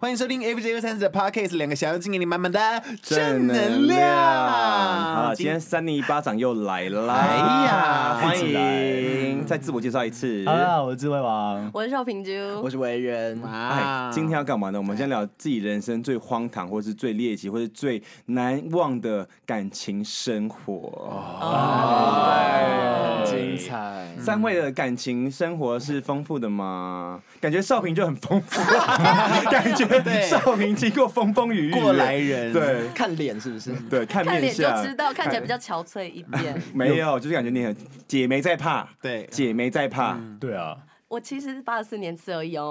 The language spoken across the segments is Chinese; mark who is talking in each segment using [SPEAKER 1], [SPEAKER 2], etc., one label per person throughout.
[SPEAKER 1] 欢迎收听 FJ 二三十的 Podcast，两个小妖精给你满满的
[SPEAKER 2] 好，今天三零一巴掌又来啦！
[SPEAKER 1] 哎呀
[SPEAKER 2] 欢
[SPEAKER 1] 一起
[SPEAKER 2] 迎！再自我介绍一次。
[SPEAKER 3] 好啦，啊我是智慧王，
[SPEAKER 4] 我是邵平珠，
[SPEAKER 3] 是维人。
[SPEAKER 2] 哎，今天要干嘛呢？我们先聊自己人生最荒唐，或是最猎奇，或是最难忘的感情生活。哎
[SPEAKER 1] 哎
[SPEAKER 4] 哦，
[SPEAKER 3] 精彩，
[SPEAKER 2] 三位的感情生活是丰富的吗？感觉少平就很丰富，感觉
[SPEAKER 1] 对
[SPEAKER 2] 少平经过风风雨雨
[SPEAKER 1] 过来人，
[SPEAKER 2] 对
[SPEAKER 3] 看脸是不是？
[SPEAKER 2] 对，看
[SPEAKER 4] 看
[SPEAKER 2] 面
[SPEAKER 4] 脸就
[SPEAKER 2] 相
[SPEAKER 4] 知道，看起来比较憔悴一点。
[SPEAKER 2] 没有，就是感觉你很姐没在怕，
[SPEAKER 1] 对，
[SPEAKER 2] 姐没在怕。
[SPEAKER 3] 对啊，
[SPEAKER 4] 我其实是八十四年次而已哦，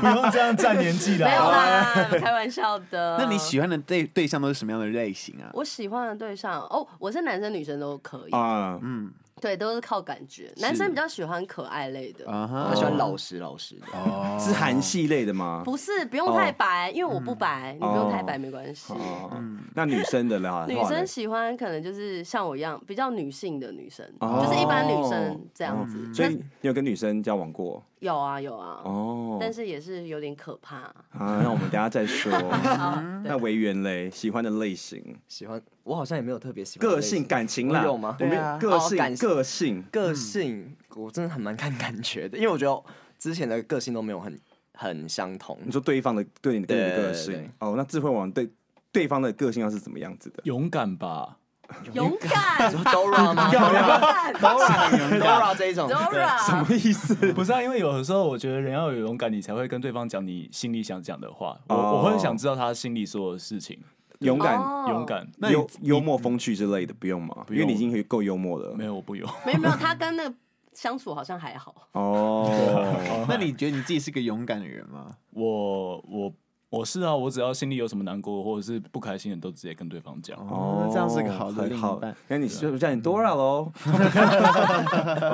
[SPEAKER 3] 不用这样占年纪的
[SPEAKER 4] 没有
[SPEAKER 3] 啊。
[SPEAKER 4] 啦， 开玩笑的。
[SPEAKER 1] 那你喜欢的对对象都是什么样的类型啊？
[SPEAKER 4] 我喜欢的对象哦，我是男生女生都可以，
[SPEAKER 2] 啊，
[SPEAKER 1] 嗯
[SPEAKER 4] 对，都是靠感觉。男生比较喜欢可爱类的，
[SPEAKER 1] 啊哈
[SPEAKER 3] Uh-huh
[SPEAKER 5] 他喜欢老实老实的，
[SPEAKER 3] 哦
[SPEAKER 2] 是韩系类的吗？
[SPEAKER 4] 不是不用太白，因为我不白，你不用太白没关系。
[SPEAKER 2] 哦，那女生的啦，
[SPEAKER 4] 女
[SPEAKER 2] 话呢
[SPEAKER 4] 生喜欢可能就是像我一样比较女性的女生，
[SPEAKER 2] 哦嗯
[SPEAKER 4] 就是一般女生这样子。
[SPEAKER 2] 所以你有跟女生交往过
[SPEAKER 4] 有啊有啊，
[SPEAKER 2] 哦？
[SPEAKER 4] 但是也是有点可怕。
[SPEAKER 2] 啊，那我们等一下再说。
[SPEAKER 4] 好，对
[SPEAKER 2] 那维园嘞，喜欢的类型、
[SPEAKER 5] 喜欢我好像也没有特别喜欢
[SPEAKER 2] 个性、感情啦，
[SPEAKER 5] 我有吗
[SPEAKER 2] 我
[SPEAKER 5] 嗯
[SPEAKER 2] 们
[SPEAKER 5] 对啊
[SPEAKER 2] 个
[SPEAKER 5] 哦感
[SPEAKER 2] 性、
[SPEAKER 5] 性
[SPEAKER 2] 个性，
[SPEAKER 5] 个性，我真的很蛮看感觉的，因为我觉得之前的个性都没有很很相同
[SPEAKER 2] 你。说对方的对你的
[SPEAKER 5] 对
[SPEAKER 2] 你的个
[SPEAKER 5] 对
[SPEAKER 2] 性
[SPEAKER 5] 对
[SPEAKER 2] 哦，那智慧王对对方的个性要是怎么样子的？
[SPEAKER 3] 勇敢吧，
[SPEAKER 4] 勇敢
[SPEAKER 5] Dora 吗？Dora 这一种，
[SPEAKER 2] 什
[SPEAKER 4] ，Dora，
[SPEAKER 2] 么意思？
[SPEAKER 3] 不是啊，因为有的时候我觉得人要有勇敢，你才会跟对方讲你心里想讲的话。我
[SPEAKER 2] 哦
[SPEAKER 3] 我会想知道他心里所有的事情，
[SPEAKER 2] 勇敢、
[SPEAKER 4] 哦
[SPEAKER 3] 勇敢。
[SPEAKER 1] 那
[SPEAKER 2] 幽幽默风趣之类的，不用吗？因
[SPEAKER 3] 用
[SPEAKER 2] 为你已经够幽默了
[SPEAKER 3] 没。有，我不勇。
[SPEAKER 4] 没有没有，他跟那个相处好像还好，
[SPEAKER 2] 哦，
[SPEAKER 1] 那你觉得你自己是个勇敢的人吗？
[SPEAKER 3] 我我我是啊，我只要心里有什么难过或者是不开心的，都直接跟对方讲。
[SPEAKER 1] 哦，这样是个好的
[SPEAKER 2] 很
[SPEAKER 1] 另一
[SPEAKER 2] 好
[SPEAKER 1] 半。。
[SPEAKER 2] 那你是不是叫你 Dora 喽？好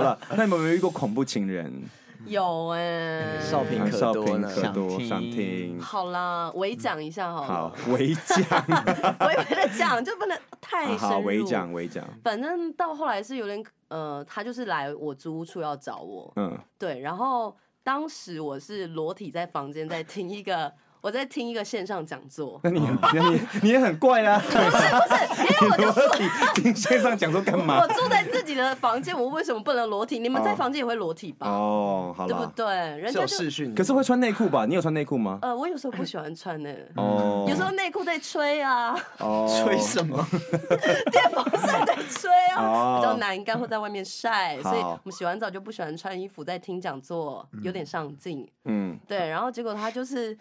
[SPEAKER 2] 了，那你们有没有遇过恐怖情 人？
[SPEAKER 4] 有哎，
[SPEAKER 5] 少平
[SPEAKER 2] 啊
[SPEAKER 5] 可
[SPEAKER 2] 嗯少
[SPEAKER 5] 多
[SPEAKER 2] 平
[SPEAKER 5] 呢。
[SPEAKER 2] 可多，
[SPEAKER 1] 想
[SPEAKER 2] 想
[SPEAKER 1] 听
[SPEAKER 2] 听。
[SPEAKER 4] 好啦，微讲一下好
[SPEAKER 2] 好
[SPEAKER 4] 了，，
[SPEAKER 2] 微讲，
[SPEAKER 4] 我以为在讲就不能太深
[SPEAKER 2] 好，
[SPEAKER 4] 入，
[SPEAKER 2] 微讲，微讲，
[SPEAKER 4] 反正到后来是有点呃，他就是来我租屋处要找我，
[SPEAKER 2] 嗯，
[SPEAKER 4] 对，然后当时我是裸体在房间在听一个， 我在听一个线上讲座，
[SPEAKER 2] 那你很，那你你也很怪啊，
[SPEAKER 4] 因为我就
[SPEAKER 2] 裸体听线上讲说干嘛
[SPEAKER 4] 我？住在自己的房间，我为什么不能裸体？你们在房间也会裸体吧？
[SPEAKER 2] 哦，好
[SPEAKER 4] 对不
[SPEAKER 2] 啦，
[SPEAKER 4] 对？人
[SPEAKER 5] 是
[SPEAKER 4] 家
[SPEAKER 5] 有
[SPEAKER 4] 就
[SPEAKER 5] 视讯，
[SPEAKER 2] 可是会穿内裤吧？你有穿内裤吗？
[SPEAKER 4] 呃，我有时候不喜欢穿呢、
[SPEAKER 2] 哦，
[SPEAKER 4] 有时候内裤在吹啊，
[SPEAKER 2] 哦
[SPEAKER 5] 吹什么？
[SPEAKER 4] 电风扇在吹
[SPEAKER 2] 哦
[SPEAKER 4] 啊，比较难干，会在外面晒，
[SPEAKER 2] 好
[SPEAKER 4] 所以我们洗完澡就不喜欢穿衣服，在听讲座，有点上镜。
[SPEAKER 2] 嗯，
[SPEAKER 4] 对，然后结果他就是，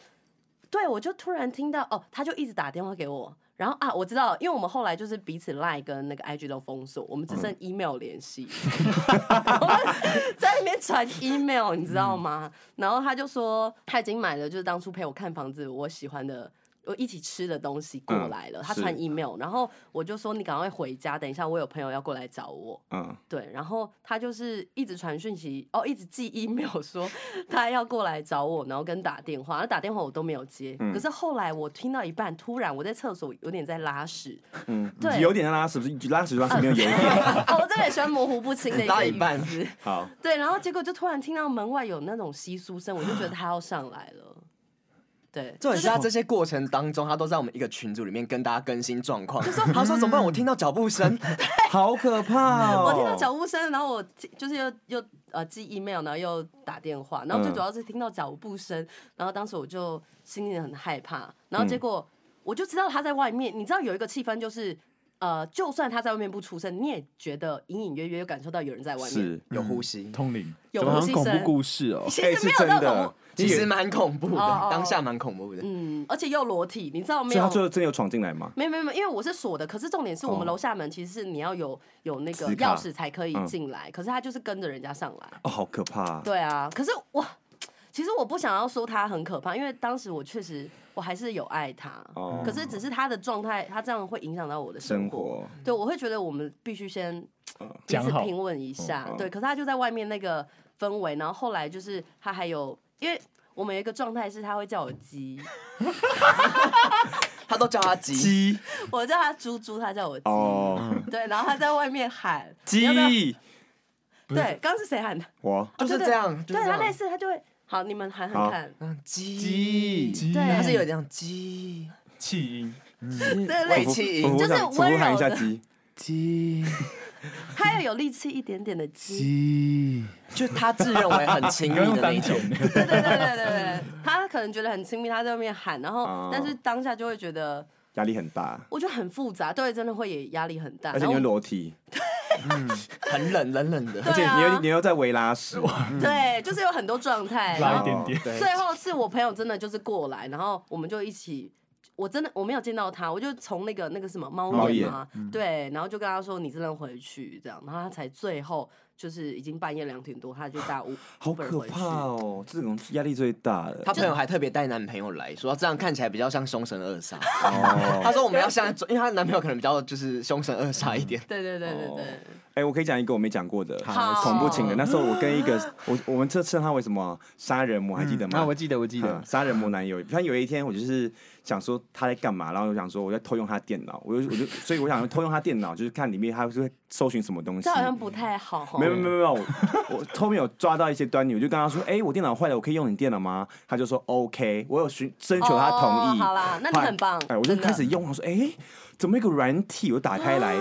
[SPEAKER 4] 对我就突然听到哦，他就一直打电话给我，然后啊，我知道，因为我们后来就是彼此 Line 跟那个 IG 都封锁，我们只
[SPEAKER 2] 嗯
[SPEAKER 4] 剩 email 联系， 我们在里面传 email，你知
[SPEAKER 2] 嗯
[SPEAKER 4] 道吗？然后他就说他已经买了，就是当初陪我看房子我喜欢的。我一起吃的东西过
[SPEAKER 2] 嗯
[SPEAKER 4] 来了，他
[SPEAKER 2] 是
[SPEAKER 4] 传 email，然后我就说你赶快回家，等一下我有朋友要过来找我。
[SPEAKER 2] 嗯，
[SPEAKER 4] 对，然后他就是一直传讯息，哦，一直寄 email 说他要过来找我，然后跟打电话，然后打电话我都没有接。
[SPEAKER 2] 嗯
[SPEAKER 4] 可是后来我听到一半，突然我在厕所有点在拉屎，
[SPEAKER 2] 嗯，
[SPEAKER 4] 对
[SPEAKER 2] 有点拉屎，不是拉屎拉屎没有有点，
[SPEAKER 4] 哦，我这个也喜欢模糊不清的一
[SPEAKER 5] 拉
[SPEAKER 4] 个
[SPEAKER 5] 一
[SPEAKER 4] 语
[SPEAKER 5] 半
[SPEAKER 4] 词。
[SPEAKER 2] 好，
[SPEAKER 4] 对，然后结果就突然听到门外有那种窸窣声，我就觉得他要上来了。对，
[SPEAKER 5] 重点是他
[SPEAKER 4] 就
[SPEAKER 5] 这些过程当中，他都在我们一个群组里面跟大家更新状况。他
[SPEAKER 4] 嗯
[SPEAKER 5] 说怎么办？我听到脚步声，
[SPEAKER 2] 好可怕哦，
[SPEAKER 4] 我听到脚步声，然后我就是又又呃寄 email，然后又打电话，然后最主要是听到脚步声，然后当时我就心里很害怕，然后结果我就知道他在外面，你知道有一个气氛就是。呃，就算他在外面不出声，你也觉得隐隐约约感受到有人在外面
[SPEAKER 2] 是，
[SPEAKER 5] 有呼吸，
[SPEAKER 3] 通灵，
[SPEAKER 5] 哦
[SPEAKER 4] 有
[SPEAKER 1] 怎么
[SPEAKER 4] 呼
[SPEAKER 1] 好像
[SPEAKER 4] 吸
[SPEAKER 1] 恐怖
[SPEAKER 4] 声，
[SPEAKER 1] 故事哦？
[SPEAKER 4] 其
[SPEAKER 2] 哎，
[SPEAKER 4] 实
[SPEAKER 2] 是
[SPEAKER 4] 没有
[SPEAKER 2] 真
[SPEAKER 4] 到恐
[SPEAKER 2] 的
[SPEAKER 4] 怖，，
[SPEAKER 5] 其实蛮恐怖的，
[SPEAKER 4] 哦哦
[SPEAKER 5] 当下蛮恐怖的。
[SPEAKER 4] 嗯，而且又裸体，你知道没
[SPEAKER 2] 所以
[SPEAKER 4] 有
[SPEAKER 2] 他？最后真的有闯进来吗？
[SPEAKER 4] 没有没有，没有因为我是锁的，可是重点是我们
[SPEAKER 2] 哦
[SPEAKER 4] 楼下门其实是你要有有那个
[SPEAKER 2] 磁卡
[SPEAKER 4] 钥匙才可以
[SPEAKER 2] 嗯
[SPEAKER 4] 进来，可是他就是跟着人家上来。
[SPEAKER 2] 哦，好可怕，
[SPEAKER 4] 对啊，可是我其实我不想要说他很可怕，因为当时我确实我还是有爱他，
[SPEAKER 2] 哦
[SPEAKER 4] 可是只是他的状态，他这样会影响到我的
[SPEAKER 2] 生
[SPEAKER 4] 生活。
[SPEAKER 2] 活，
[SPEAKER 4] 对，我会觉得我们必须先
[SPEAKER 5] 嗯
[SPEAKER 4] 彼
[SPEAKER 3] 讲
[SPEAKER 4] 此
[SPEAKER 3] 好
[SPEAKER 4] 平稳一下。
[SPEAKER 2] 嗯嗯
[SPEAKER 4] 对，可是他就在外面那个氛围，然后后来就是他还有，因为我们有一个状态是他会叫我鸡，
[SPEAKER 5] 他都叫他鸡，
[SPEAKER 2] 鸡
[SPEAKER 4] 我叫他猪猪，他叫我鸡。
[SPEAKER 2] 哦，
[SPEAKER 4] 对，然后他在外面 喊你要不要
[SPEAKER 2] 鸡，
[SPEAKER 4] 对，刚刚是谁喊的？
[SPEAKER 2] 我
[SPEAKER 5] 就是
[SPEAKER 4] 对对
[SPEAKER 5] 这样，就
[SPEAKER 4] 哦对
[SPEAKER 5] 是这
[SPEAKER 4] 他类
[SPEAKER 5] 样。
[SPEAKER 4] 似，他就会好，你们喊
[SPEAKER 2] 好
[SPEAKER 4] 喊看，
[SPEAKER 5] 嗯，鸡
[SPEAKER 1] 鸡，
[SPEAKER 3] 鸡
[SPEAKER 4] 对
[SPEAKER 5] 它是有点像鸡，
[SPEAKER 3] 气音，
[SPEAKER 4] 对，
[SPEAKER 5] 喂
[SPEAKER 4] 力
[SPEAKER 5] 力气
[SPEAKER 2] 我我
[SPEAKER 4] 就
[SPEAKER 2] 我
[SPEAKER 4] 是
[SPEAKER 2] 想重
[SPEAKER 4] 温
[SPEAKER 2] 复喊一
[SPEAKER 4] 柔
[SPEAKER 2] 下
[SPEAKER 4] 的
[SPEAKER 2] 鸡，
[SPEAKER 1] 鸡
[SPEAKER 4] 还有有力气一点点的鸡，
[SPEAKER 1] 鸡，
[SPEAKER 5] 就他自认 为很亲密
[SPEAKER 3] 刚
[SPEAKER 5] 的
[SPEAKER 3] 用
[SPEAKER 5] 那
[SPEAKER 3] 丹
[SPEAKER 5] 一种
[SPEAKER 3] 田，，
[SPEAKER 4] 对对对对对对，他可能觉得很亲密，他在外面喊，然后
[SPEAKER 2] 哦
[SPEAKER 4] 但是当下就会觉得，
[SPEAKER 2] 压力很大，
[SPEAKER 4] 我觉得很复杂，对，真的会也压力很大。
[SPEAKER 2] 而且
[SPEAKER 4] 然
[SPEAKER 2] 你
[SPEAKER 4] 后
[SPEAKER 2] 会裸体，
[SPEAKER 5] 很冷冷冷的。
[SPEAKER 2] 而且
[SPEAKER 4] 对啊
[SPEAKER 2] 你又你又在维拉屎，
[SPEAKER 4] 对，就是有很多状
[SPEAKER 2] 嗯
[SPEAKER 4] 态。然
[SPEAKER 3] 拉一
[SPEAKER 4] 后
[SPEAKER 3] 点点。
[SPEAKER 5] 对
[SPEAKER 4] 最后是我朋友真的就是过来，然后我们就一起。我真的我没有见到他，我就从那个那个什么猫
[SPEAKER 2] 猫
[SPEAKER 4] 眼
[SPEAKER 2] 眼嗯
[SPEAKER 4] 嘛，对，然后就跟他说你真的回去这样，然后他才最后就是已经半夜两点多，他就搭乌
[SPEAKER 2] 好
[SPEAKER 4] Uber
[SPEAKER 2] 可
[SPEAKER 4] 回去
[SPEAKER 2] 怕哦，这种压力最大了。哦
[SPEAKER 5] 他朋友还特别带男朋友来说，这样看起来比较像凶神恶煞。
[SPEAKER 2] 哦，
[SPEAKER 5] 他说我们要像， 因为她男朋友可能比较就是凶神恶煞一点。
[SPEAKER 4] 对对对对对，
[SPEAKER 2] 哎，我可以讲一个我没讲过的
[SPEAKER 4] 好啊
[SPEAKER 2] 恐怖情人。那时候我跟一个我我们这称他为什么啊杀人魔，还记得吗？
[SPEAKER 1] 啊，我记得，我记
[SPEAKER 2] 嗯
[SPEAKER 1] 得，
[SPEAKER 2] 杀人魔男友。他有一天，我就是想说他在干嘛，然后我想说我在偷用他电脑，我就我就所以我想偷用他电脑，就是看里面他是会搜寻什么东西
[SPEAKER 4] 这。好像不太好哈。
[SPEAKER 2] 没有没有没有，我我后面有抓到一些端倪，我就跟他说，哎、我电脑坏了，我可以用你电脑吗？他就说 OK，我有寻征求他同意。
[SPEAKER 4] 哦好啦那你很棒
[SPEAKER 2] 哎、我就
[SPEAKER 4] 真的
[SPEAKER 2] 开始用，我说，哎、怎么一个软体我打开 来，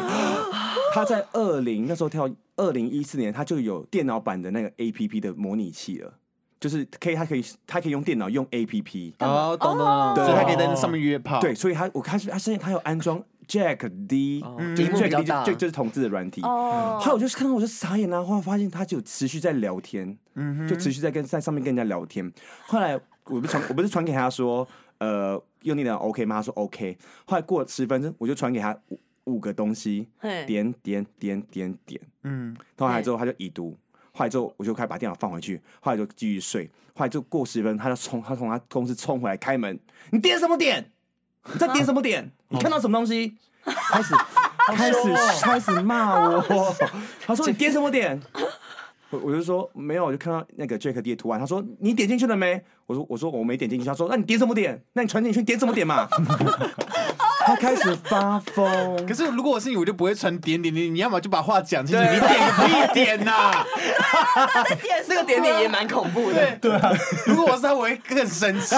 [SPEAKER 2] 他在二零那时候跳二零一四年，他就有电脑版的那个 APP 的模拟器了，就是可以，他可以，他可以用电脑用 APP。
[SPEAKER 1] 哦，懂懂懂，
[SPEAKER 2] 对
[SPEAKER 1] 所以他可以在那上面约炮，
[SPEAKER 2] 对，，所以他我看是他现在他有安装 Jack D，
[SPEAKER 5] 嗯
[SPEAKER 2] 哦就是
[SPEAKER 5] 荧幕比
[SPEAKER 2] Jack
[SPEAKER 5] 较
[SPEAKER 2] D 就
[SPEAKER 5] 大
[SPEAKER 2] 就就是同志的软体。
[SPEAKER 4] 哦，
[SPEAKER 2] 后来我就看到我就傻眼啊，后来发现他就持续在聊天，
[SPEAKER 1] 嗯
[SPEAKER 2] 就持续在跟在上面跟人家聊天。后来我不是传我不是传给他说，呃，用力的 OK 吗？他说 OK。后来过了十分钟，我就传给他五五个东西，
[SPEAKER 4] 嘿
[SPEAKER 2] 点点点点点。
[SPEAKER 1] 嗯，
[SPEAKER 2] 后来之后他就已读，后来之后我就开始把电脑放回去，后来就继续睡，后来就过十分钟，他就冲他从他公司冲回来开门，你点什么点？你在点什么点？你看到什么东西？开始开始开始骂我，他说你点什么点？我我就说没有，我就看到那个 Jack D 的图案，他说你点进去了没？我说我说我没点进去，他说那你点什么点？那你传进去点什么点 嘛？他开始发疯，
[SPEAKER 1] 可是如果我是你，我就不会传点点点，你要么就把话讲清楚，你点个屁点 呐！
[SPEAKER 2] 嗯
[SPEAKER 5] 那个点点也蛮恐怖的，
[SPEAKER 1] 对啊，如果我是他，我会更生气，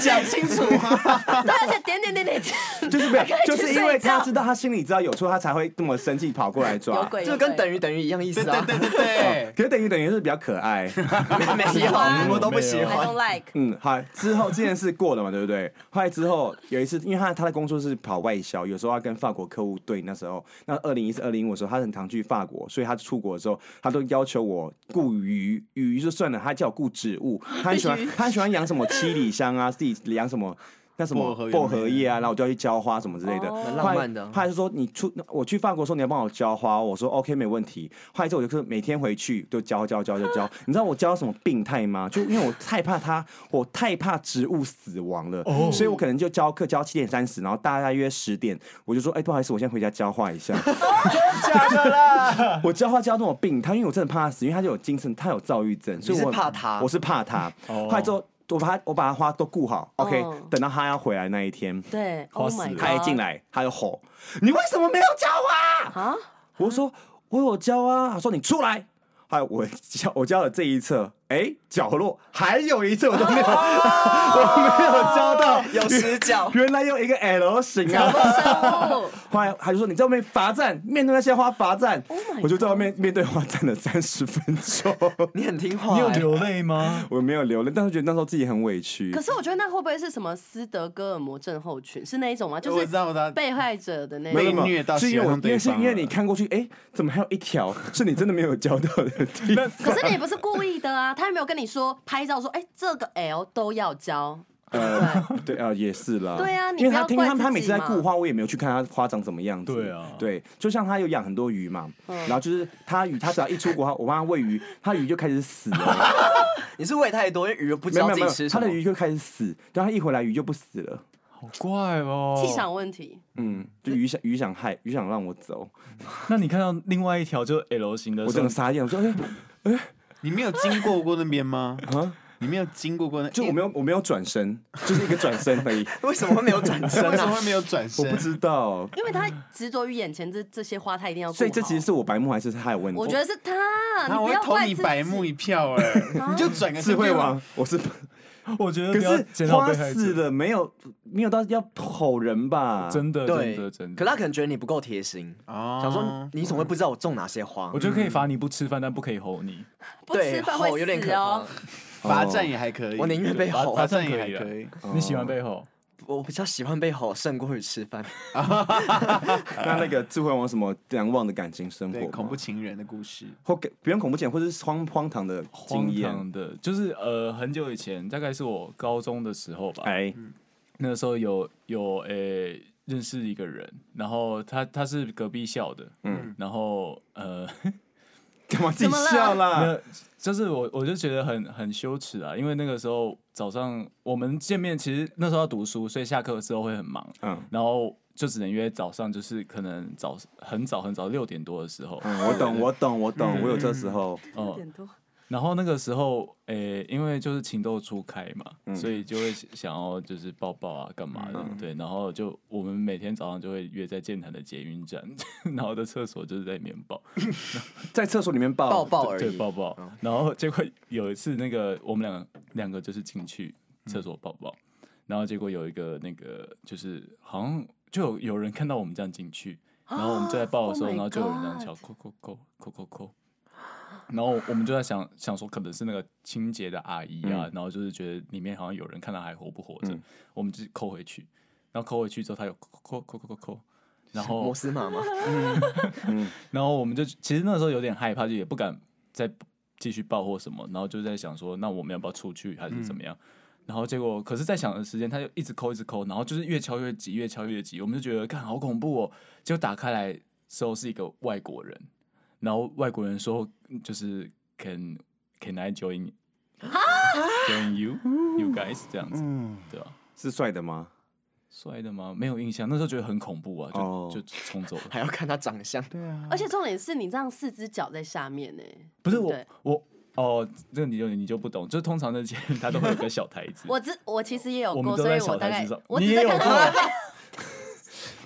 [SPEAKER 1] 讲清楚 啊！
[SPEAKER 4] 对，而且点点点点，
[SPEAKER 2] 就是 没有
[SPEAKER 4] 他可以，去
[SPEAKER 2] 就是因为
[SPEAKER 4] 睡觉
[SPEAKER 2] 他知道他心里知道有错，他才会这么生气跑过来
[SPEAKER 4] 有
[SPEAKER 2] 抓。
[SPEAKER 4] 鬼，
[SPEAKER 5] 就
[SPEAKER 4] 有
[SPEAKER 5] 跟
[SPEAKER 4] 鬼
[SPEAKER 5] 等于等于一样意
[SPEAKER 1] 对
[SPEAKER 5] 思
[SPEAKER 1] 对
[SPEAKER 5] 啊。
[SPEAKER 1] 对对对，
[SPEAKER 2] 可是等于等于是比较可 爱，
[SPEAKER 5] 没有，啊我都不喜
[SPEAKER 4] ，I
[SPEAKER 5] 欢
[SPEAKER 4] don't。like，
[SPEAKER 2] 嗯，好。之后这件事过了嘛，对不对？后来之后有一次，因为他他的工作是跑外销，有时候要跟法国客户对。那时候，那二零一四、二零一五的时候，他很常去法国，所以他出国的时候，他都要求我雇鱼，鱼就算了，他叫我雇植物，他很喜 欢，他很喜欢养什么七里香啊，自己养什么。那什么
[SPEAKER 1] 薄荷园
[SPEAKER 2] 薄荷叶啊，然后我就要去浇花什么之类的，
[SPEAKER 4] 哦
[SPEAKER 5] 蛮浪漫的
[SPEAKER 2] 后来他就说你出我去法国的时候你要帮我浇花，我说 OK 没问题。后来之后我就是每天回去就浇浇浇浇浇，你知道我浇到什么病态吗？就因为我太怕它，我太怕植物死亡了，
[SPEAKER 5] 哦
[SPEAKER 2] 所以我可能就教课教七点三十，然后大概约十点，我就说哎、不好意思，我先回家浇花 一下。
[SPEAKER 5] 假的啦，
[SPEAKER 2] 我教他教那种病，他因为我真的怕他死，因为他就有精神，他有躁郁症，所以
[SPEAKER 5] 你是
[SPEAKER 2] 我
[SPEAKER 5] 怕他
[SPEAKER 2] 我是怕他。
[SPEAKER 3] 哦
[SPEAKER 2] 后来之后，我把他我把他花都顾好，OK，、
[SPEAKER 5] 哦
[SPEAKER 4] 嗯
[SPEAKER 2] 等到他要回来那一天，
[SPEAKER 4] 对
[SPEAKER 3] 好
[SPEAKER 4] ，Oh
[SPEAKER 3] 死
[SPEAKER 4] my
[SPEAKER 3] 了
[SPEAKER 2] 他一
[SPEAKER 4] god，
[SPEAKER 2] 进来他就吼：“你为什么没有教花？”
[SPEAKER 4] 啊，
[SPEAKER 2] 我说：“我有教啊。”他说：“你出来。”还有我教我教了这一侧，哎、角落还有一侧我都没有， 我哦没有教到，
[SPEAKER 5] 有死角。
[SPEAKER 2] 原来有一个 L 型啊。
[SPEAKER 4] 生物，
[SPEAKER 2] 后来他就说你在外面罚站，面对那些花罚站
[SPEAKER 4] my
[SPEAKER 2] 我就在外面面对花站了三十分钟，
[SPEAKER 5] 你很听话、
[SPEAKER 3] 你有
[SPEAKER 5] 欸，
[SPEAKER 3] 流泪吗？
[SPEAKER 2] 我没有流泪，但是觉得那时候自己很委屈
[SPEAKER 4] 可。是我觉得那会不会是什么斯德哥尔摩症候群？是那一种吗？就
[SPEAKER 1] 我
[SPEAKER 4] 是
[SPEAKER 1] 知道我知道
[SPEAKER 4] 被害者的那
[SPEAKER 1] 没
[SPEAKER 4] 种
[SPEAKER 1] 有。被虐到
[SPEAKER 2] 是因
[SPEAKER 1] 喜
[SPEAKER 2] 为我
[SPEAKER 1] 欢
[SPEAKER 2] 因
[SPEAKER 1] 对
[SPEAKER 2] 为是
[SPEAKER 1] 方啊
[SPEAKER 2] 因为
[SPEAKER 1] 了
[SPEAKER 2] 你看过去，哎、怎么还有一条是你真的没有教到的 地方？
[SPEAKER 4] 可是你也不是故意的啊，他也没有跟你说拍照说，哎、这个 L 都要交，
[SPEAKER 2] 呃，对啊、也是啦。
[SPEAKER 4] 对啊你
[SPEAKER 2] 因为
[SPEAKER 4] 不
[SPEAKER 2] 他
[SPEAKER 4] 要
[SPEAKER 2] 听
[SPEAKER 4] 怪
[SPEAKER 2] 他
[SPEAKER 4] 自
[SPEAKER 2] 他每
[SPEAKER 4] 己
[SPEAKER 2] 次在
[SPEAKER 4] 嘛
[SPEAKER 2] 顾花，我也没有去看他花长什么样子。
[SPEAKER 3] 对啊
[SPEAKER 2] 对，就像他有养很多鱼嘛，
[SPEAKER 4] 嗯
[SPEAKER 2] 然后就是他鱼，他只要一出国，我帮他喂鱼，他鱼就开始死 了，
[SPEAKER 5] 你是喂太多，因为鱼又不知
[SPEAKER 2] 没有
[SPEAKER 5] 道
[SPEAKER 2] 没
[SPEAKER 5] 自
[SPEAKER 2] 有
[SPEAKER 5] 己
[SPEAKER 2] 没
[SPEAKER 5] 吃
[SPEAKER 2] 有，
[SPEAKER 5] 什
[SPEAKER 2] 他
[SPEAKER 5] 么。
[SPEAKER 2] 的鱼就开始死，但他一回来鱼就不死了。
[SPEAKER 3] 好怪哦。
[SPEAKER 4] 气场问题。
[SPEAKER 2] 嗯，就鱼想鱼想害鱼想让我走，
[SPEAKER 3] 那你看到另外一条就 L 型的，
[SPEAKER 2] 我整个傻眼，我说哎、
[SPEAKER 1] 你没有经过过那边吗？
[SPEAKER 2] 啊，
[SPEAKER 1] 你没有经过过那，
[SPEAKER 2] 就我没有我没有转身，就是一个转身而已。
[SPEAKER 5] 为什么会没有转身
[SPEAKER 1] 为什么
[SPEAKER 5] 啊？
[SPEAKER 1] 会没有转
[SPEAKER 2] 我
[SPEAKER 1] 身？
[SPEAKER 2] 不知 道，
[SPEAKER 4] 因为他执着于眼前这这些花，他一定要顾
[SPEAKER 2] 所以这其实
[SPEAKER 4] 好
[SPEAKER 2] 是我白目还是他有问题？
[SPEAKER 4] 我觉得是他，
[SPEAKER 1] 那我
[SPEAKER 4] 你不
[SPEAKER 1] 会
[SPEAKER 4] 要
[SPEAKER 1] 投
[SPEAKER 4] 怪
[SPEAKER 1] 你
[SPEAKER 4] 自
[SPEAKER 1] 白
[SPEAKER 4] 己
[SPEAKER 1] 目一票哎、你就转个身
[SPEAKER 2] 智慧
[SPEAKER 1] 就
[SPEAKER 2] 王，我是
[SPEAKER 3] 我觉得
[SPEAKER 2] 可
[SPEAKER 3] 不要
[SPEAKER 2] 是
[SPEAKER 3] 检讨
[SPEAKER 2] 花
[SPEAKER 3] 被害
[SPEAKER 2] 死
[SPEAKER 3] 者，
[SPEAKER 2] 了，没有没有到要吼人吧？
[SPEAKER 3] 真的真
[SPEAKER 5] 对
[SPEAKER 3] 的真，
[SPEAKER 5] 可
[SPEAKER 3] 的。
[SPEAKER 5] 他可能觉得你不够贴心，
[SPEAKER 1] 哦
[SPEAKER 5] 想说你怎么会不知道我种哪些花
[SPEAKER 3] 我？觉得可以罚你不吃饭，但不可以吼你。
[SPEAKER 4] 不
[SPEAKER 5] 对，
[SPEAKER 4] 吃饭会
[SPEAKER 5] 吼有点
[SPEAKER 4] 死
[SPEAKER 5] 可
[SPEAKER 4] 哦
[SPEAKER 5] 怕。。
[SPEAKER 1] 罚站也还可以，
[SPEAKER 5] 我宁愿被
[SPEAKER 3] 罚
[SPEAKER 5] 吼
[SPEAKER 1] 罚
[SPEAKER 3] 罚，
[SPEAKER 1] 站也
[SPEAKER 3] 站可
[SPEAKER 1] 还
[SPEAKER 3] 以啦
[SPEAKER 1] 可以。啊
[SPEAKER 2] 嗯
[SPEAKER 3] 你喜欢被吼？
[SPEAKER 5] 我比较喜欢被吼胜过于吃饭。
[SPEAKER 2] 那那个智慧王什么难忘的感情生活
[SPEAKER 1] 对，
[SPEAKER 2] 吗，
[SPEAKER 1] 恐怖情人的故事，
[SPEAKER 2] 或给别人恐怖情人，或者是荒荒唐的经
[SPEAKER 3] 荒
[SPEAKER 2] 验。
[SPEAKER 3] 唐的，就是呃，很久以前，大概是我高中的时候吧。
[SPEAKER 2] 哎，
[SPEAKER 3] 那时候有有诶、认识一个人，然后他他是隔壁校的，
[SPEAKER 2] 嗯
[SPEAKER 3] 嗯，然后 呃，
[SPEAKER 2] 干嘛自己
[SPEAKER 4] 怎么了
[SPEAKER 2] 笑
[SPEAKER 3] 没
[SPEAKER 2] 啦？
[SPEAKER 3] 有，就是我我就觉得很很羞耻啊，因为那个时候早上我们见面，其实那时候要读书，所以下课之后会很忙，
[SPEAKER 2] 嗯
[SPEAKER 3] 然后就只能约早上，就是可能早很早很早六点多的时候，
[SPEAKER 2] 嗯，我懂，我懂，我懂，我有这时候。
[SPEAKER 4] 有
[SPEAKER 3] 哦、
[SPEAKER 4] 点多，
[SPEAKER 3] 然后那个时候，诶、因为就是情窦初开嘛，
[SPEAKER 2] 嗯
[SPEAKER 3] 所以就会想要就是抱抱啊，干嘛的？对，然后就我们每天早上就会约在建潭的捷运站， 然后的厕所就是在里面抱，
[SPEAKER 2] 在厕所里面抱
[SPEAKER 5] 抱抱而
[SPEAKER 3] 对，
[SPEAKER 5] 已
[SPEAKER 3] 抱抱。然后结果有一次，那个我们两个两个就是进去厕所抱抱，然后结果有一个那个就是好像就有有人看到我们这样进去，然后我们就在抱的时候，
[SPEAKER 4] Oh my
[SPEAKER 3] 然后就有人这样敲
[SPEAKER 4] God
[SPEAKER 3] 扣扣扣扣扣扣，然后我们就在想想说，可能是那个清洁的阿姨啊，然后就是觉得里面好像有人看她还活不活着，
[SPEAKER 2] 嗯
[SPEAKER 3] 我们就扣回去，然后扣回去之后，她有扣扣扣扣扣扣，然后
[SPEAKER 5] 摩斯码 吗？
[SPEAKER 3] 然后我们就其实那时候有点害怕，就也不敢再继续报或什么，然后就在想说，那我们要不要出去还是怎么样？然后结果，可是，在想的时间，他就一直抠，一直抠，然后就是越敲越急，越敲越急，我们就觉得，看好恐怖哦。结果打开来之后是一个外国人，然后外国人说，就是 Can Can I join join you you guys 这样子，
[SPEAKER 2] 嗯
[SPEAKER 3] 对吧、啊？
[SPEAKER 2] 是帅的吗？
[SPEAKER 3] 帅的吗？没有印象，那时候觉得很恐怖啊，就、
[SPEAKER 2] 哦
[SPEAKER 3] 就冲走了。
[SPEAKER 5] 还要看他长相。
[SPEAKER 4] 而且重点是你这样四只脚在下面呢。
[SPEAKER 3] 不是
[SPEAKER 4] 对
[SPEAKER 3] 我
[SPEAKER 4] 对
[SPEAKER 3] 我哦，这个你就你就不懂，就是通常的节日它都会有个小台子，
[SPEAKER 4] 我知我其实也有
[SPEAKER 3] 我
[SPEAKER 4] 过，
[SPEAKER 3] 们都
[SPEAKER 4] 所
[SPEAKER 3] 在
[SPEAKER 4] 以
[SPEAKER 3] 小
[SPEAKER 4] 我大
[SPEAKER 3] 台
[SPEAKER 4] 概
[SPEAKER 3] 子上，
[SPEAKER 4] 我
[SPEAKER 3] 你
[SPEAKER 4] 只
[SPEAKER 3] 也
[SPEAKER 4] 在
[SPEAKER 3] 有
[SPEAKER 4] 看
[SPEAKER 3] 过
[SPEAKER 4] 到
[SPEAKER 3] 啊，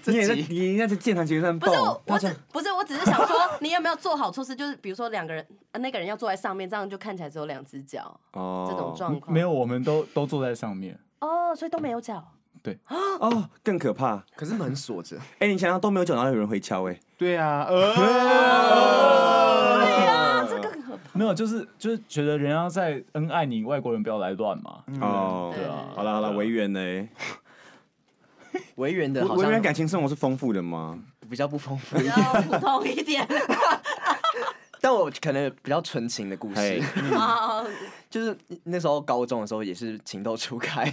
[SPEAKER 2] 你也在，你应该在健谈节上
[SPEAKER 4] 不是我
[SPEAKER 2] 抱，。
[SPEAKER 4] 我只不是我只是想说，你有没有做好措施？就是比如说两个人，呃那个人要坐在上面，这样就看起来只有两只脚，
[SPEAKER 2] 哦
[SPEAKER 4] 这种状况
[SPEAKER 3] 没有，我们都都坐在上面，
[SPEAKER 4] 哦，所以都没有脚。
[SPEAKER 2] 哦，更可怕。
[SPEAKER 5] 可是门锁 着，
[SPEAKER 2] 哎，你想想都没有讲，然后有人回敲，哎，
[SPEAKER 1] 对啊， 呃，
[SPEAKER 4] 对啊，这个很可怕。
[SPEAKER 3] 没有，就是就是觉得人要在恩爱你，外国人不要来乱嘛，
[SPEAKER 2] 哦，
[SPEAKER 4] 对
[SPEAKER 3] 啊
[SPEAKER 2] 好了好了，维园呢？
[SPEAKER 5] 维园的好
[SPEAKER 2] 维
[SPEAKER 5] 像
[SPEAKER 2] 园感情生活是丰富的吗？
[SPEAKER 5] 比较不丰富
[SPEAKER 4] 比，较普通 一点
[SPEAKER 5] 但我可能比较纯情的故
[SPEAKER 2] 嘿
[SPEAKER 5] 事，
[SPEAKER 4] 啊，
[SPEAKER 5] 就是那时候高中的时候也是情窦初开，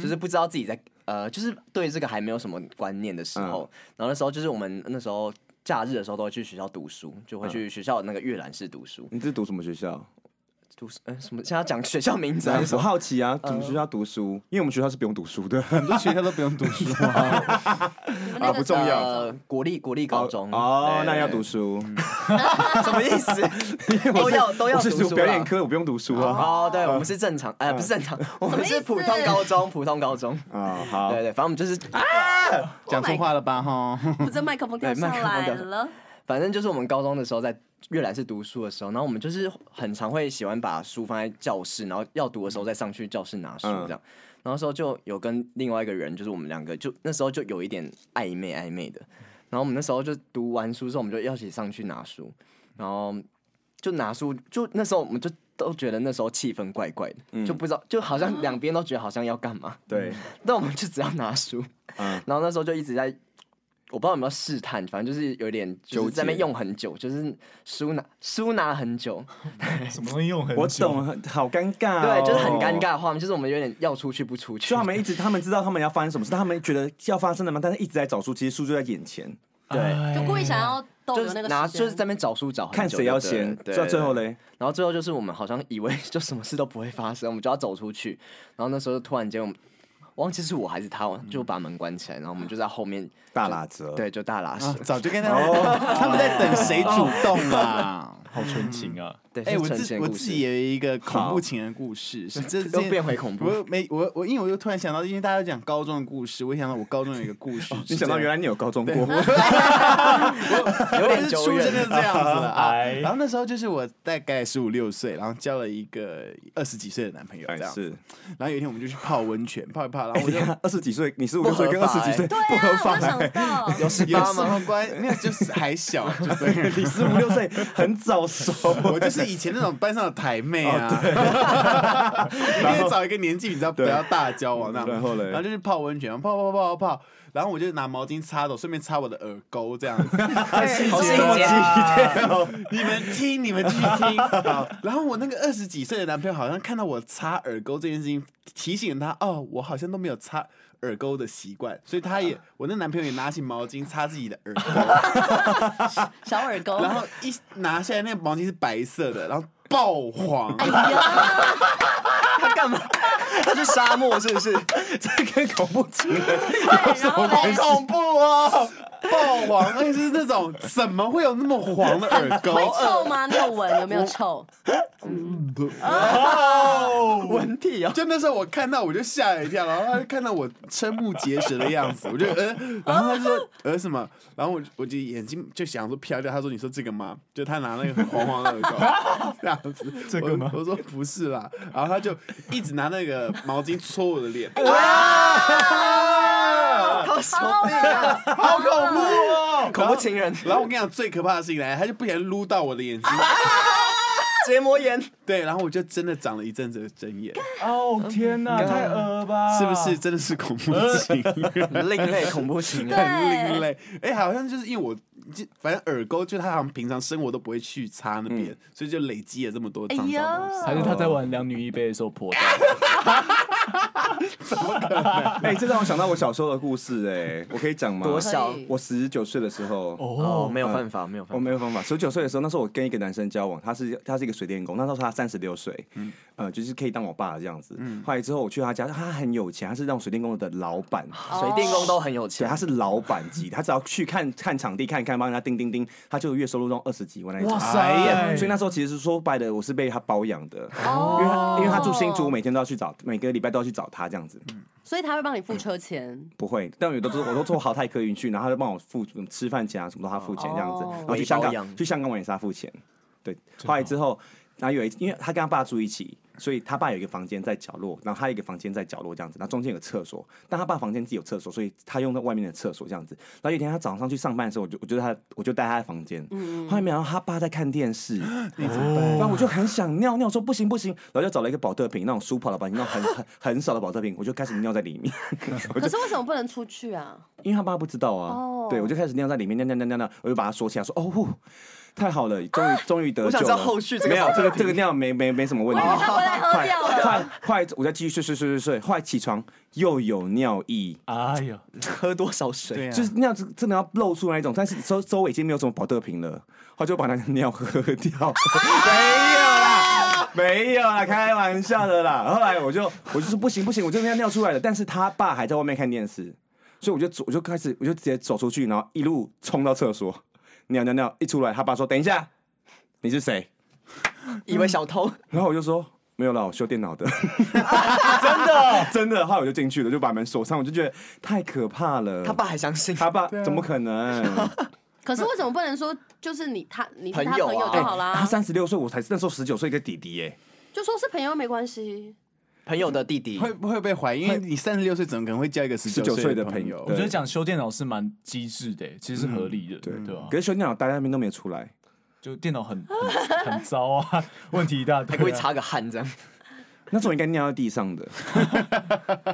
[SPEAKER 5] 就是不知道自己在呃，就是对这个还没有什么观念的时候，然后那时候就是我们那时候假日的时候都会去学校读书，就会去学校的那个阅览室读书，
[SPEAKER 2] 你是读什么学校？
[SPEAKER 5] 读书嗯、什么？现在要讲学校名字还是什
[SPEAKER 2] 我
[SPEAKER 5] 么？
[SPEAKER 2] 好奇啊，
[SPEAKER 5] 嗯
[SPEAKER 2] 读学校读书，因为我们学校是不用读书的。
[SPEAKER 1] 很多学校都不用读书 啊。
[SPEAKER 4] 你们
[SPEAKER 3] 啊
[SPEAKER 4] 那个
[SPEAKER 2] 不重要
[SPEAKER 5] 呃，国立国立高 中
[SPEAKER 2] 哦，那要读
[SPEAKER 5] 书
[SPEAKER 2] 书，
[SPEAKER 5] 什么意思？嗯都要都要
[SPEAKER 2] 我
[SPEAKER 5] 读
[SPEAKER 2] 是
[SPEAKER 5] 书啊
[SPEAKER 2] 读
[SPEAKER 5] 啦
[SPEAKER 2] 表演科，我不用读书啊。
[SPEAKER 5] 哦，对，我们是正常，哎，不是正常，我们是普通高中，普通高中。
[SPEAKER 2] 啊，好
[SPEAKER 5] 对，对，反正我们就是，
[SPEAKER 1] 讲错话了吧？哈，
[SPEAKER 4] 我这麦克风
[SPEAKER 3] 哎
[SPEAKER 4] 掉
[SPEAKER 5] 对
[SPEAKER 4] 下
[SPEAKER 5] 麦克风
[SPEAKER 4] 来
[SPEAKER 5] 掉下
[SPEAKER 4] 了，
[SPEAKER 5] 反正就是我们高中的时候在阅览室读书的时候，然后我们就是很常会喜欢把书放在教室，然后要读的时候再上去教室拿书
[SPEAKER 2] 嗯
[SPEAKER 5] 这样。然后那时候就有跟另外一个人，就是我们两个就那时候就有一点暧昧暧昧的。然后我们那时候就读完书之后，我们就要一起上去拿书，然后就拿书，就那时候我们就都觉得那时候气氛怪怪的，就不知道，就好像两边都觉得好像要干嘛。
[SPEAKER 2] 嗯对，
[SPEAKER 5] 那我们就只要拿书，
[SPEAKER 2] 嗯
[SPEAKER 5] 然后那时候就一直在，我不知道有没有试探，反正就是有点就
[SPEAKER 2] 纠
[SPEAKER 5] 是
[SPEAKER 2] 结
[SPEAKER 5] 在那边用很久，就是书拿书拿很久，
[SPEAKER 3] 什么东西用很
[SPEAKER 2] 我，懂，好尴尬哦。
[SPEAKER 5] 对，就是很尴尬的画面，就是我们有点要出去不出去
[SPEAKER 2] 就，他们一直，他们知道他们要发生什么事，他们觉得要发生的嘛，但是一直在找书，其实书就在眼前，
[SPEAKER 5] 哦对，
[SPEAKER 4] 就
[SPEAKER 3] 哎
[SPEAKER 4] 故意想要逗
[SPEAKER 5] 就
[SPEAKER 4] 留那
[SPEAKER 5] 是
[SPEAKER 4] 个
[SPEAKER 5] 拿
[SPEAKER 4] 时
[SPEAKER 5] 就是
[SPEAKER 4] 间
[SPEAKER 5] 在那边找书找很久，
[SPEAKER 2] 看谁要先，
[SPEAKER 5] 对
[SPEAKER 2] 到最后，
[SPEAKER 5] 对对
[SPEAKER 2] 嘞，
[SPEAKER 5] 然后最后就是我们好像以为 就什么事都不会发生，我们就要走出去，然后那时候突然间我们。忘记是我还是他，就把门关起来，然后我们就在后面，
[SPEAKER 2] 大喇舌，。
[SPEAKER 1] 啊
[SPEAKER 5] 对，就大拉屎。
[SPEAKER 1] 早就跟他们，他们在等谁主动啊？
[SPEAKER 3] 好纯情啊！
[SPEAKER 5] 对，
[SPEAKER 1] 哎、
[SPEAKER 5] 是
[SPEAKER 1] 我
[SPEAKER 5] 陈
[SPEAKER 1] 自
[SPEAKER 5] 贤
[SPEAKER 1] 我
[SPEAKER 5] 故
[SPEAKER 1] 自
[SPEAKER 5] 事
[SPEAKER 1] 己也有一个恐怖情人故事，是 这
[SPEAKER 5] 又变
[SPEAKER 1] 这。
[SPEAKER 5] 回恐怖。
[SPEAKER 1] 我没我我，因为我又突然想到，因为大家都讲高中的故事，我想到我高中有一个故 事
[SPEAKER 2] 你想到原
[SPEAKER 1] 来
[SPEAKER 2] 来你有高中过，
[SPEAKER 5] 有点
[SPEAKER 1] 是
[SPEAKER 5] 久
[SPEAKER 1] 出
[SPEAKER 5] 远
[SPEAKER 1] 生就是这样子的 啊。
[SPEAKER 3] 哎
[SPEAKER 1] 然后那时候就是我大概十五六岁，然后交了一个二十几岁的男朋友
[SPEAKER 2] 哎
[SPEAKER 1] 这 样。
[SPEAKER 2] 是。
[SPEAKER 1] 然后有一天我们就去泡温泉，泡一泡，然后
[SPEAKER 2] 哎
[SPEAKER 1] 我
[SPEAKER 2] 等
[SPEAKER 1] 就
[SPEAKER 2] 一下二十几岁，你十五六岁跟
[SPEAKER 5] 不
[SPEAKER 2] 二
[SPEAKER 5] 合
[SPEAKER 2] 十
[SPEAKER 5] 法
[SPEAKER 2] 几岁
[SPEAKER 4] 对
[SPEAKER 2] 不合
[SPEAKER 4] 啊，
[SPEAKER 2] 法
[SPEAKER 4] 我，想到，
[SPEAKER 5] 有十
[SPEAKER 1] 有
[SPEAKER 5] 八
[SPEAKER 1] 什
[SPEAKER 5] 吗？
[SPEAKER 1] 么关？ 那个就是还小，就对
[SPEAKER 5] 哎
[SPEAKER 1] 了。
[SPEAKER 2] 你十五六岁很早 熟，
[SPEAKER 1] 我就是以前那种班上的台妹啊，
[SPEAKER 2] 哦
[SPEAKER 1] 因为找一个年纪比较不要大交往那
[SPEAKER 2] 然
[SPEAKER 1] 样。
[SPEAKER 2] 后
[SPEAKER 1] 然后
[SPEAKER 2] 嘞，
[SPEAKER 1] 就去泡温泉，泡泡泡泡泡，然后我就拿毛巾擦头，顺便擦我的耳钩，这样子。
[SPEAKER 5] 好
[SPEAKER 1] 细
[SPEAKER 5] 细
[SPEAKER 1] 节
[SPEAKER 5] 节
[SPEAKER 1] 你们听，你们继续 听。好然后我那个二十几岁的男朋友好像看到我擦耳钩这件事情，提醒他哦，我好像都没有擦耳钩的习惯，所以他 也，我那男朋友也拿起毛巾擦自己的耳钩，
[SPEAKER 4] 小耳 钩，
[SPEAKER 1] 然后一拿下来那个毛巾是白色的，然后爆 黄。
[SPEAKER 4] 哎呀，
[SPEAKER 5] 他干嘛？ 他去沙漠是不是？
[SPEAKER 2] 这跟恐怖情人
[SPEAKER 4] 对，然后嘞，
[SPEAKER 1] 恐怖哦，爆黄，而且是那种怎么会有那么黄的耳钩？
[SPEAKER 4] 会臭吗？你有闻有没有臭？
[SPEAKER 1] 不
[SPEAKER 2] 哦，文体啊，
[SPEAKER 1] 就那时候我看到我就吓了一跳，然后他就看到我瞠目结舌的样子，我就呃，然后他就说呃什么，然后我就我就眼睛就想说飘掉，他说你说这个吗？就他拿那个很黄黄的耳钩这样子，
[SPEAKER 3] 这个吗
[SPEAKER 1] 我？我说不是啦，然后他就一直拿那个毛巾搓我的脸，
[SPEAKER 5] 他 说
[SPEAKER 4] 好恶
[SPEAKER 1] 好恐怖哦，
[SPEAKER 5] 恐怖情人
[SPEAKER 1] 然后我跟你讲最可怕的事情来了，他就不小心撸到我的眼睛，
[SPEAKER 5] 结膜炎，
[SPEAKER 1] 对，然后我就真的长了一阵子的针眼，
[SPEAKER 3] 哦天哪，太恶了
[SPEAKER 2] 啊
[SPEAKER 3] 吧！
[SPEAKER 1] 是不是？真的是恐怖情 人？
[SPEAKER 5] 另类恐怖情人。
[SPEAKER 1] 很另
[SPEAKER 4] 对，
[SPEAKER 1] 类。哎、好像就是因为我，就反正耳钩就他好像平常生活都不会去擦那
[SPEAKER 2] 嗯
[SPEAKER 1] 边，所以就累积了这么多脏
[SPEAKER 4] 哎
[SPEAKER 1] 脏东西。
[SPEAKER 4] 呀，
[SPEAKER 3] 还是他在玩两女一杯的时候破掉？
[SPEAKER 2] 哎，这让我想到我小时候的故事，哎，我可以讲吗？
[SPEAKER 4] 可
[SPEAKER 5] 多
[SPEAKER 4] 以
[SPEAKER 5] 小
[SPEAKER 2] 我十九岁的时候，
[SPEAKER 5] 哦，
[SPEAKER 3] 哦，
[SPEAKER 5] 没有办法，没有
[SPEAKER 2] 我
[SPEAKER 5] 办法。
[SPEAKER 2] 没有方法。十九岁的时候，那时候我跟一个男生交往，他是他是一个水电工，那时候他三十六岁，呃，就是可以当我爸这样子。后来之后我去他家，他很有钱，他是那种水电工的老板，
[SPEAKER 5] 水电工都很有
[SPEAKER 2] 对，
[SPEAKER 5] 钱，
[SPEAKER 2] 他是老板级，他只要去看看场地，看一看，帮人家叮叮叮，他就月收入中二十几万那一种。
[SPEAKER 3] 哇塞
[SPEAKER 2] 哎所以那时候其实说白了，我是被他包养的，
[SPEAKER 4] 哦
[SPEAKER 2] 因为他因为他住新竹，我每天都要去找，每个礼拜都要去找他这样子。
[SPEAKER 4] 所以他会帮你付车钱，
[SPEAKER 2] 不会，但我有的时候我都坐豪泰客运去，然后他就帮我付嗯吃饭钱啊，什么都他付钱这样子。
[SPEAKER 4] 哦
[SPEAKER 2] 然后去香
[SPEAKER 5] 微包
[SPEAKER 2] 港，
[SPEAKER 5] 养
[SPEAKER 2] 去香港我也是他付钱。对，后来之后，然后有一，因为他跟他爸住一起，所以他爸有一个房间在角落，然后他有一个房间在角落这样子，然后中间有个厕所，但他爸房间自己有厕所，所以他用到外面的厕所这样子。然后有一天他早上去上班的时候，我就我就他我就待他的房间，后来没想到他爸在看电视，然后我就很想尿尿，说不行不行，然后就找了一个保特瓶，那种舒跑的保特瓶，那种很很很少的保特瓶，我就开始尿在里面。
[SPEAKER 4] 可是为什么不能出去啊？
[SPEAKER 2] 因为他爸不知道啊，
[SPEAKER 4] 哦
[SPEAKER 2] 对我就开始尿在里面，尿尿尿尿尿，我就把它锁起来，说哦呼，太好了，终于终于得救了。
[SPEAKER 5] 我想知道后续这个
[SPEAKER 2] 没有这个这个尿没没没什么问
[SPEAKER 4] 我以
[SPEAKER 2] 题。
[SPEAKER 4] 为他回来 喝
[SPEAKER 2] 快
[SPEAKER 4] 掉 了，
[SPEAKER 2] 快快！我再继续睡睡睡睡睡，后来起床又有尿意，
[SPEAKER 3] 哎呦，
[SPEAKER 5] 喝多少水？
[SPEAKER 1] 对啊，
[SPEAKER 2] 就是尿真的要漏出来一种，但是周周围已经没有什么保特瓶了，后来就把那个尿喝掉。没有啦，没有啦，开玩笑的啦。后来我就我就说不行不行，我真的要尿出来了。但是他爸还在外面看电视，所以我就走我就开始我就直接走出去，然后一路冲到厕所，尿尿尿，一出来他爸说等一下，你是谁？
[SPEAKER 5] 以为小偷，
[SPEAKER 2] 然后我就说没有啦，我修电脑的，真的 真的。后来我就进去了，就把门锁上，我就觉得太可怕了。
[SPEAKER 5] 他爸还相信。
[SPEAKER 2] 他爸怎么可 能？
[SPEAKER 4] 可是为什么不能说就是你他你是他
[SPEAKER 5] 朋
[SPEAKER 4] 朋
[SPEAKER 5] 友啊
[SPEAKER 4] 友就好啦
[SPEAKER 2] 哎他？三十六岁，我才那时候十九岁一个弟弟耶、
[SPEAKER 4] 就说是朋友没关系，
[SPEAKER 5] 朋友的弟弟，
[SPEAKER 1] 会不会被怀疑？因为你三十六岁，怎么可能会交一个十
[SPEAKER 2] 19
[SPEAKER 1] 岁
[SPEAKER 2] 岁的
[SPEAKER 1] 朋
[SPEAKER 2] 朋
[SPEAKER 1] 友
[SPEAKER 2] 友
[SPEAKER 3] 我
[SPEAKER 2] 对？
[SPEAKER 3] 觉得讲修电脑是蛮机智的，欸其实是合理的，对对吧
[SPEAKER 2] 可？是修电脑待在那边都没有出来，
[SPEAKER 3] 就电脑很很很糟啊， 问题一大堆
[SPEAKER 5] 还
[SPEAKER 3] 啊。
[SPEAKER 5] 故意擦个汗这样。
[SPEAKER 2] 那时候应该尿在地上的。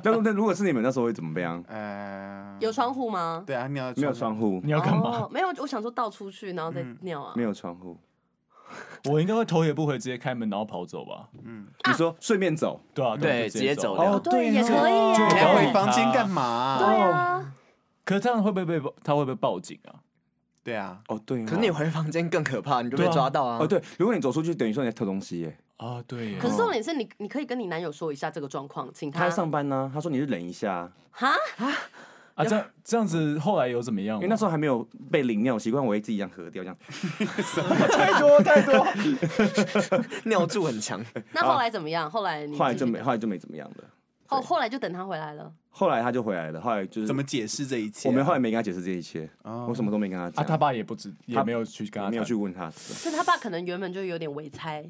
[SPEAKER 2] 那那如果是你们那时候会怎么样？
[SPEAKER 1] 呃，
[SPEAKER 4] 有窗户吗？
[SPEAKER 1] 对啊，你要
[SPEAKER 2] 没有窗户，
[SPEAKER 3] 你要干嘛？
[SPEAKER 4] 哦？没有，我想说倒出去然后再尿啊
[SPEAKER 2] 没。有窗户。
[SPEAKER 3] 我应该会头也不回，直接开门然后跑走吧？
[SPEAKER 2] 你说顺便走，
[SPEAKER 3] 对啊，
[SPEAKER 5] 对
[SPEAKER 3] 就
[SPEAKER 5] 直接走
[SPEAKER 3] 啊
[SPEAKER 5] 哦
[SPEAKER 4] 对也
[SPEAKER 2] 哦
[SPEAKER 4] 可以
[SPEAKER 1] 你
[SPEAKER 4] 啊
[SPEAKER 1] 哎要回房间干嘛、
[SPEAKER 4] 对啊，
[SPEAKER 3] 可是这样会不会被他会不会报警啊？
[SPEAKER 1] 对啊，
[SPEAKER 2] 哦对哦，
[SPEAKER 5] 可是你回房间更可怕，你就被
[SPEAKER 3] 对啊
[SPEAKER 5] 抓到啊。
[SPEAKER 2] 哦，对，如果你走出去，等于说你在偷东西耶。
[SPEAKER 3] 啊，对耶，
[SPEAKER 4] 可是重点是你啊你可以跟你男友说一下这个状况，请
[SPEAKER 2] 他
[SPEAKER 4] 他
[SPEAKER 2] 在上班呢，他说你是忍一下，
[SPEAKER 4] 哈
[SPEAKER 3] 啊，这样这样子后来有怎么样吗？
[SPEAKER 2] 因
[SPEAKER 3] 啊
[SPEAKER 2] 为那时候还没有被领尿习惯，我会自己这样喝掉，这样
[SPEAKER 1] 太多太多，
[SPEAKER 5] 尿柱很强，
[SPEAKER 4] 那后来怎么样？后来你
[SPEAKER 2] 后来
[SPEAKER 4] 继
[SPEAKER 2] 就
[SPEAKER 4] 续
[SPEAKER 2] 没
[SPEAKER 4] 等
[SPEAKER 2] 后来就没怎么样了。
[SPEAKER 4] 后后来就等他回来了。
[SPEAKER 2] 后来他就回来了，后来就是
[SPEAKER 1] 怎么解释这一切啊？
[SPEAKER 2] 我们后来没跟他解释这一切，我什么都没跟他
[SPEAKER 3] 啊，
[SPEAKER 2] 讲，
[SPEAKER 3] 他爸也不知，也
[SPEAKER 2] 他
[SPEAKER 3] 没有去跟
[SPEAKER 4] 啊
[SPEAKER 3] 他
[SPEAKER 2] 没有
[SPEAKER 3] 谈
[SPEAKER 2] 去问他。
[SPEAKER 4] 所以他爸可能原本就有点微猜，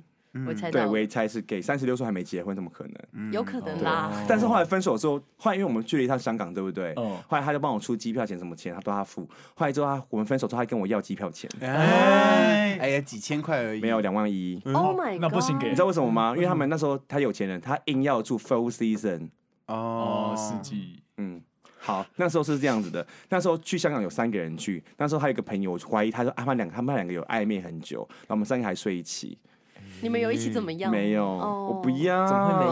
[SPEAKER 4] 微猜
[SPEAKER 2] 对，
[SPEAKER 4] 到
[SPEAKER 2] 我也猜是 gay，三十六岁还没结婚，怎么可能？
[SPEAKER 1] 嗯
[SPEAKER 4] 有可能啦。
[SPEAKER 2] 但是后来分手之后，后来因为我们去了一趟香港，对不对？
[SPEAKER 3] 哦
[SPEAKER 2] 后来他就帮我出机票钱，什么钱他都他付。后来之后他我们分手之后，他还跟我要机票钱，
[SPEAKER 1] 哎哎呀，几千块而已，
[SPEAKER 2] 没有两万一。
[SPEAKER 4] Oh my god！
[SPEAKER 3] 那不行给
[SPEAKER 2] 你知道为什么吗？因为他们那时候他有钱人，他硬要住 full season。
[SPEAKER 1] 哦
[SPEAKER 3] 哦，，司机
[SPEAKER 2] 嗯，好，那时候是这样子的。那时候去香港有三个人去，那时候还有一个朋友，我怀疑他说啊他们两个他们两个有暧昧很久，然后我们三个还睡一起。
[SPEAKER 4] 你们有一起怎么样？
[SPEAKER 2] 没有，
[SPEAKER 4] 哦
[SPEAKER 2] 我不要，怎么
[SPEAKER 5] 会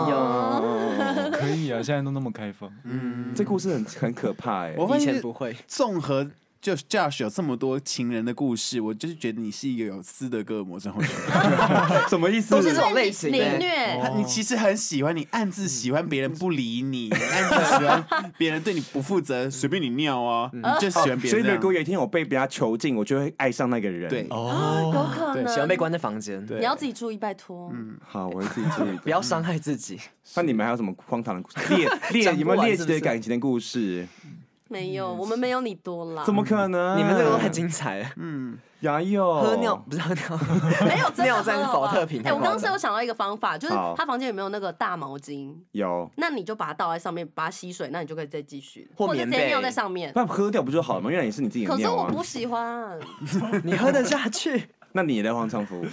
[SPEAKER 5] 没
[SPEAKER 2] 有？
[SPEAKER 3] 可以啊，现在都那么开放，
[SPEAKER 2] 这故事很很可怕哎、
[SPEAKER 1] 我发
[SPEAKER 5] 以
[SPEAKER 1] 现
[SPEAKER 5] 前不会。
[SPEAKER 1] 综合就 Josh 有这么多情人的故事，我就是觉得你是一个有斯德哥尔摩症候群。
[SPEAKER 2] 什么意思？
[SPEAKER 5] 都是这种类型的
[SPEAKER 4] 凌虐，
[SPEAKER 2] 哦
[SPEAKER 1] 他你其实很喜欢，你暗自喜欢别人不理 你，你暗自喜欢别人对你不负责，随便你尿啊，
[SPEAKER 2] 嗯
[SPEAKER 1] 你就喜欢别
[SPEAKER 2] 哦所以
[SPEAKER 1] 人这
[SPEAKER 2] 如果
[SPEAKER 1] 样。
[SPEAKER 2] 有一天我被别人囚禁，我就会爱上那个人。
[SPEAKER 1] 对，
[SPEAKER 3] 哦
[SPEAKER 4] 有可
[SPEAKER 5] 对，
[SPEAKER 4] 能
[SPEAKER 5] 喜欢被关在房间，
[SPEAKER 1] 对
[SPEAKER 4] 你要自己注意，拜托。
[SPEAKER 5] 嗯
[SPEAKER 2] 好，我会自己注意
[SPEAKER 5] 不
[SPEAKER 2] 的。
[SPEAKER 5] 要伤害自己。
[SPEAKER 2] 那你们还有什么荒唐的故事？猎猎
[SPEAKER 5] 讲
[SPEAKER 2] 有
[SPEAKER 5] 不
[SPEAKER 2] 没有
[SPEAKER 5] 完
[SPEAKER 2] 猎
[SPEAKER 5] 是
[SPEAKER 2] 奇
[SPEAKER 5] 不
[SPEAKER 2] 的
[SPEAKER 5] 是
[SPEAKER 2] 感情的故事？
[SPEAKER 4] 没有，我们没有你多啦
[SPEAKER 2] 怎。么可能？
[SPEAKER 5] 你们这个都太精彩了，
[SPEAKER 2] 哪有
[SPEAKER 5] 喝尿不是喝尿，
[SPEAKER 4] 没有真
[SPEAKER 5] 尿
[SPEAKER 4] 的
[SPEAKER 5] 在
[SPEAKER 4] 喝好不
[SPEAKER 5] 保
[SPEAKER 4] 好
[SPEAKER 5] 特瓶
[SPEAKER 4] 哎，我刚刚是
[SPEAKER 5] 太夸张
[SPEAKER 4] 有想到一个方法，就是
[SPEAKER 2] 好
[SPEAKER 4] 他房间有没有那个大毛巾？
[SPEAKER 2] 有？
[SPEAKER 4] 那你就把它倒在上面，把它吸水，那你就可以再继续，
[SPEAKER 5] 或
[SPEAKER 4] 或者
[SPEAKER 5] 棉
[SPEAKER 4] 直
[SPEAKER 5] 被
[SPEAKER 4] 接尿在上面。
[SPEAKER 2] 那喝掉不就好了吗？ 因为也是你自己的
[SPEAKER 4] 可是
[SPEAKER 2] 尿
[SPEAKER 4] 我
[SPEAKER 2] 啊。
[SPEAKER 4] 不喜欢，
[SPEAKER 5] 你喝得下去？
[SPEAKER 2] 那你的黄长服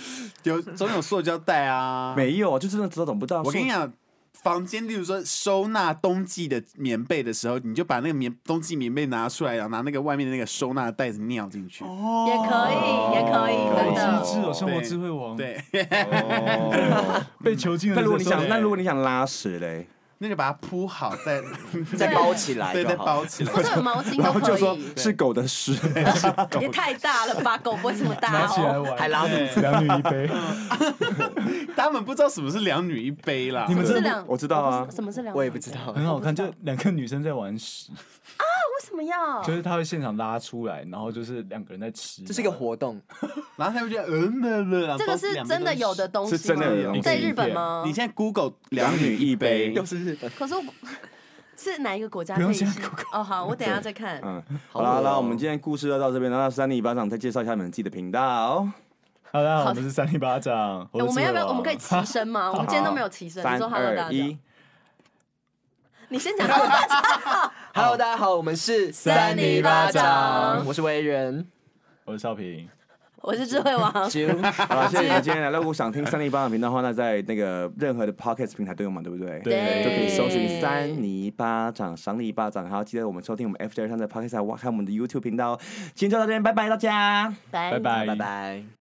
[SPEAKER 1] 有总有塑胶袋啊。
[SPEAKER 2] 没有，就真的知道懂不到。
[SPEAKER 1] 我跟你讲，房间，例如说收纳冬季的棉被的时候，你就把那个棉冬季棉被拿出来，然后拿那个外面的那个收纳袋子尿进去。
[SPEAKER 2] 哦
[SPEAKER 4] 也可以，也可以，真
[SPEAKER 3] 机
[SPEAKER 4] 的。
[SPEAKER 3] 智哦，生活智慧王，，
[SPEAKER 1] 对，
[SPEAKER 2] 哦。
[SPEAKER 3] 被囚禁了。
[SPEAKER 2] 那如果你
[SPEAKER 3] 这时候
[SPEAKER 2] 想，那如果你想拉屎嘞，
[SPEAKER 1] 那就把它铺好， 再
[SPEAKER 5] 再包起来
[SPEAKER 1] 对，再
[SPEAKER 5] 就好。
[SPEAKER 1] 包起来
[SPEAKER 4] 或。者有毛巾
[SPEAKER 2] 然
[SPEAKER 4] 都
[SPEAKER 2] 后就
[SPEAKER 4] 可
[SPEAKER 2] 说
[SPEAKER 4] 以，
[SPEAKER 2] 是狗的屎，
[SPEAKER 4] 也太大了吧，狗不会这么大
[SPEAKER 3] 拿起来
[SPEAKER 4] 哦。
[SPEAKER 3] 玩，
[SPEAKER 5] 还拉肚
[SPEAKER 3] 子，两女一杯，
[SPEAKER 1] 他们不知道什么是两女一杯啦。
[SPEAKER 3] 你们
[SPEAKER 4] 是
[SPEAKER 3] 真的
[SPEAKER 4] 两，
[SPEAKER 2] 我知道啊
[SPEAKER 4] 不是什么是两？
[SPEAKER 5] 我也不知道，
[SPEAKER 3] 很好看，就两个女生在玩屎，
[SPEAKER 4] 为什么要。
[SPEAKER 3] 就是她会现场拉出来，然后就是两个人在吃，
[SPEAKER 5] 这是一个活动，
[SPEAKER 1] 然后他们就觉得嗯的的，
[SPEAKER 4] 这个是真的有的。东西
[SPEAKER 2] 是
[SPEAKER 4] 吗？
[SPEAKER 2] 真的有东西
[SPEAKER 4] 在日本吗？
[SPEAKER 1] 你现在 Google
[SPEAKER 2] 两女一杯。
[SPEAKER 5] 又是日本。
[SPEAKER 4] 可是我是哪一个国家
[SPEAKER 3] 不
[SPEAKER 4] 可
[SPEAKER 3] 用
[SPEAKER 4] 以
[SPEAKER 3] 现
[SPEAKER 4] 信
[SPEAKER 3] 在？
[SPEAKER 4] 哦，好，我等一下再看。
[SPEAKER 2] 嗯，
[SPEAKER 5] 好
[SPEAKER 2] 好啦好啦，
[SPEAKER 5] 恶哦
[SPEAKER 2] 我们今天故事就到这边，然后三零巴掌再介绍一下你们自己的频道。
[SPEAKER 3] 好啦，我们是三零巴掌，
[SPEAKER 4] 哎我们要不要？我们可以
[SPEAKER 3] 吃
[SPEAKER 4] 齐声吗？我们今天都没有齐声。你
[SPEAKER 2] 三
[SPEAKER 4] 说 “hello 大
[SPEAKER 2] 二
[SPEAKER 4] 家
[SPEAKER 2] 一，”，
[SPEAKER 4] 你先讲 “hello 大家
[SPEAKER 5] Hello，大家好，我们是
[SPEAKER 4] 三
[SPEAKER 3] 尼巴掌
[SPEAKER 5] 我是维人，
[SPEAKER 3] 我是少平，”，
[SPEAKER 4] 我是智慧王。
[SPEAKER 5] 啾
[SPEAKER 2] 好了，谢谢你们今天来。如果想听三零巴掌频道的话，那在那个任何的 podcast 平台都有嘛，对不对？
[SPEAKER 3] 对
[SPEAKER 2] 就可以搜寻
[SPEAKER 4] 对
[SPEAKER 2] 三泥巴掌、赏你一巴掌，还要记得我们收听我们 F J 上的 podcast，还有看我们的 YouTube 频道哦。今天就到这边，拜拜大家。
[SPEAKER 4] 哎
[SPEAKER 3] 拜
[SPEAKER 4] 拜
[SPEAKER 3] 拜
[SPEAKER 5] 拜拜。